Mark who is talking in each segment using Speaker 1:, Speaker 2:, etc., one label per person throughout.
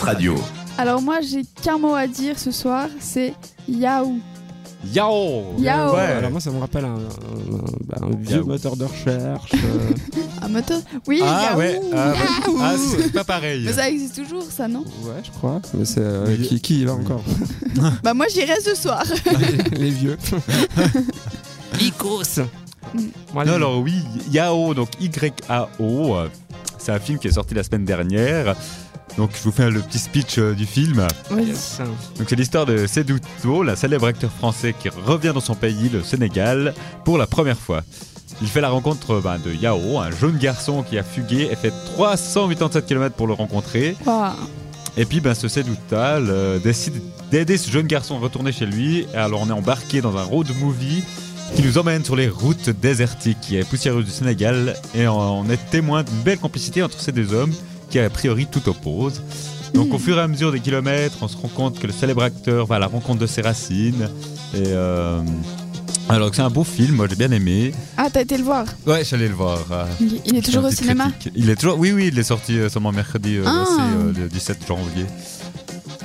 Speaker 1: radio.
Speaker 2: Alors moi, j'ai qu'un mot à dire ce soir, c'est Yahoo.
Speaker 3: Yao
Speaker 2: Yao.
Speaker 3: Ouais, alors moi ça me rappelle un, un- un- un vieux
Speaker 1: Yao.
Speaker 3: moteur de recherche. euh,
Speaker 2: Un moteur Oui, Yahoo.
Speaker 4: ah, ouais. Ah, c'est pas pareil.
Speaker 2: Mais ça existe toujours, ça, non
Speaker 3: ouais, je crois. Mais c'est euh,
Speaker 4: Mais-
Speaker 3: qui, qui là encore
Speaker 2: Bah moi, j'irai ce soir.
Speaker 3: Les vieux. Icos
Speaker 4: Non, alors oui, Yao, donc Y-A-O, euh, c'est un film qui est sorti la semaine dernière. Donc je vous fais le petit speech euh, du film.
Speaker 3: Yes.
Speaker 4: Donc c'est l'histoire de Seduto, la célèbre acteur français qui revient dans son pays, le Sénégal, pour la première fois. Il fait la rencontre ben, de Yao, un jeune garçon qui a fugué et fait 387 km pour le rencontrer.
Speaker 2: Waouh.
Speaker 4: Et puis ben, ce Sedoutal décide d'aider ce jeune garçon à retourner chez lui. Et alors on est embarqué dans un road movie qui nous emmène sur les routes désertiques et poussiéreuses du Sénégal. Et on est témoin d'une belle complicité entre ces deux hommes qui a priori tout oppose. Donc au fur et à mesure des kilomètres, on se rend compte que le célèbre acteur va à la rencontre de ses racines. Et euh, alors que c'est un beau film, moi j'ai bien aimé.
Speaker 2: Ah, t'as été le voir.
Speaker 4: Ouais, j'allais le voir. euh,
Speaker 2: Il il est toujours
Speaker 4: un
Speaker 2: au
Speaker 4: petit
Speaker 2: cinéma.
Speaker 4: critique. Il est toujours, oui, oui, il est sorti euh, seulement mercredi, euh,
Speaker 2: Ah.
Speaker 4: c'est, euh, le 17 janvier.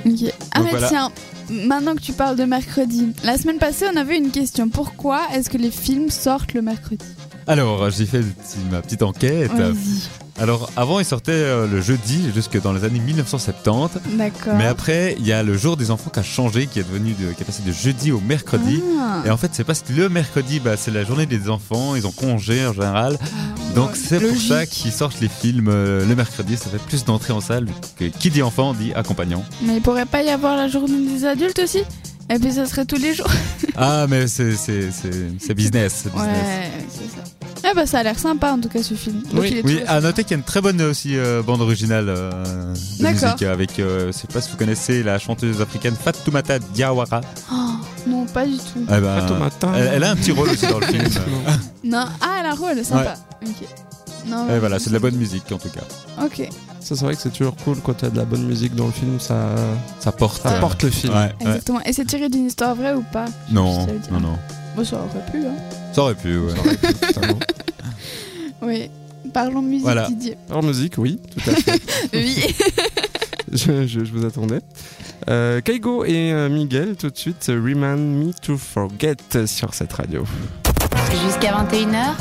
Speaker 2: Ok. Ah
Speaker 4: Donc
Speaker 2: mais
Speaker 4: voilà.
Speaker 2: tiens, maintenant que tu parles de mercredi, la semaine passée on avait une question. Pourquoi est-ce que les films sortent le mercredi
Speaker 4: Alors, j'ai fait une petite- ma petite enquête.
Speaker 2: Vas-y.
Speaker 4: Alors, avant, il sortait euh, le jeudi jusque dans les années 1970.
Speaker 2: D'accord.
Speaker 4: Mais après, il y a le jour des enfants qui a changé, qui est devenu, de- qui est passé de jeudi au mercredi.
Speaker 2: Ah.
Speaker 4: Et en fait, c'est parce que le mercredi, bah, c'est la journée des enfants, ils ont congé en général.
Speaker 2: Ah,
Speaker 4: Donc,
Speaker 2: ouais.
Speaker 4: c'est pour ça
Speaker 2: Logique.
Speaker 4: qu'ils sortent les films euh, le mercredi. Ça fait plus d'entrées en salle. Que qui dit enfant dit accompagnant.
Speaker 2: Mais il pourrait pas y avoir la journée des adultes aussi Et puis ça serait tous les jours.
Speaker 4: ah, mais c'est c'est- c'est- c'est business. c'est business.
Speaker 2: Ouais, c'est ça. Eh bah ça a l'air sympa en tout cas ce film. Donc,
Speaker 3: Oui.
Speaker 2: il est
Speaker 4: Oui, ah.
Speaker 2: toujours-
Speaker 4: à noter qu'il y a une très bonne euh, aussi euh, bande originale euh, de
Speaker 2: D'accord.
Speaker 4: musique avec, euh, je sais pas si vous connaissez la chanteuse africaine Fatoumata Diawara.
Speaker 2: Oh, non, pas du tout.
Speaker 4: Eh ben,
Speaker 3: Fatoumata.
Speaker 4: elle, elle a un petit rôle aussi dans le film.
Speaker 2: Non. Ah, elle a un rôle, elle est sympa. Ok. Non,
Speaker 4: Et
Speaker 2: mais-
Speaker 4: Eh, voilà, c'est de la bonne musique en tout cas.
Speaker 2: Ok.
Speaker 3: Ça c'est vrai que c'est toujours cool quand t'as de la bonne musique dans le film, ça,
Speaker 4: Ça porte.
Speaker 3: ça
Speaker 4: euh,
Speaker 3: porte le film.
Speaker 4: Ouais, ouais.
Speaker 2: Exactement. Et c'est tiré d'une histoire vraie ou pas
Speaker 4: Non,
Speaker 2: Ça veut dire-
Speaker 4: non, non.
Speaker 2: Bon, ça aurait pu, hein.
Speaker 4: Ça aurait pu, ouais.
Speaker 3: Totalement.
Speaker 2: Oui. Parlons musique,
Speaker 4: Voilà.
Speaker 2: Didier.
Speaker 3: En musique, oui, tout à fait.
Speaker 2: Oui.
Speaker 3: je, je- je vous attendais. Euh, Keigo et euh, Miguel, tout de suite, euh, Remind Me to Forget sur cette radio.
Speaker 5: Jusqu'à 21h,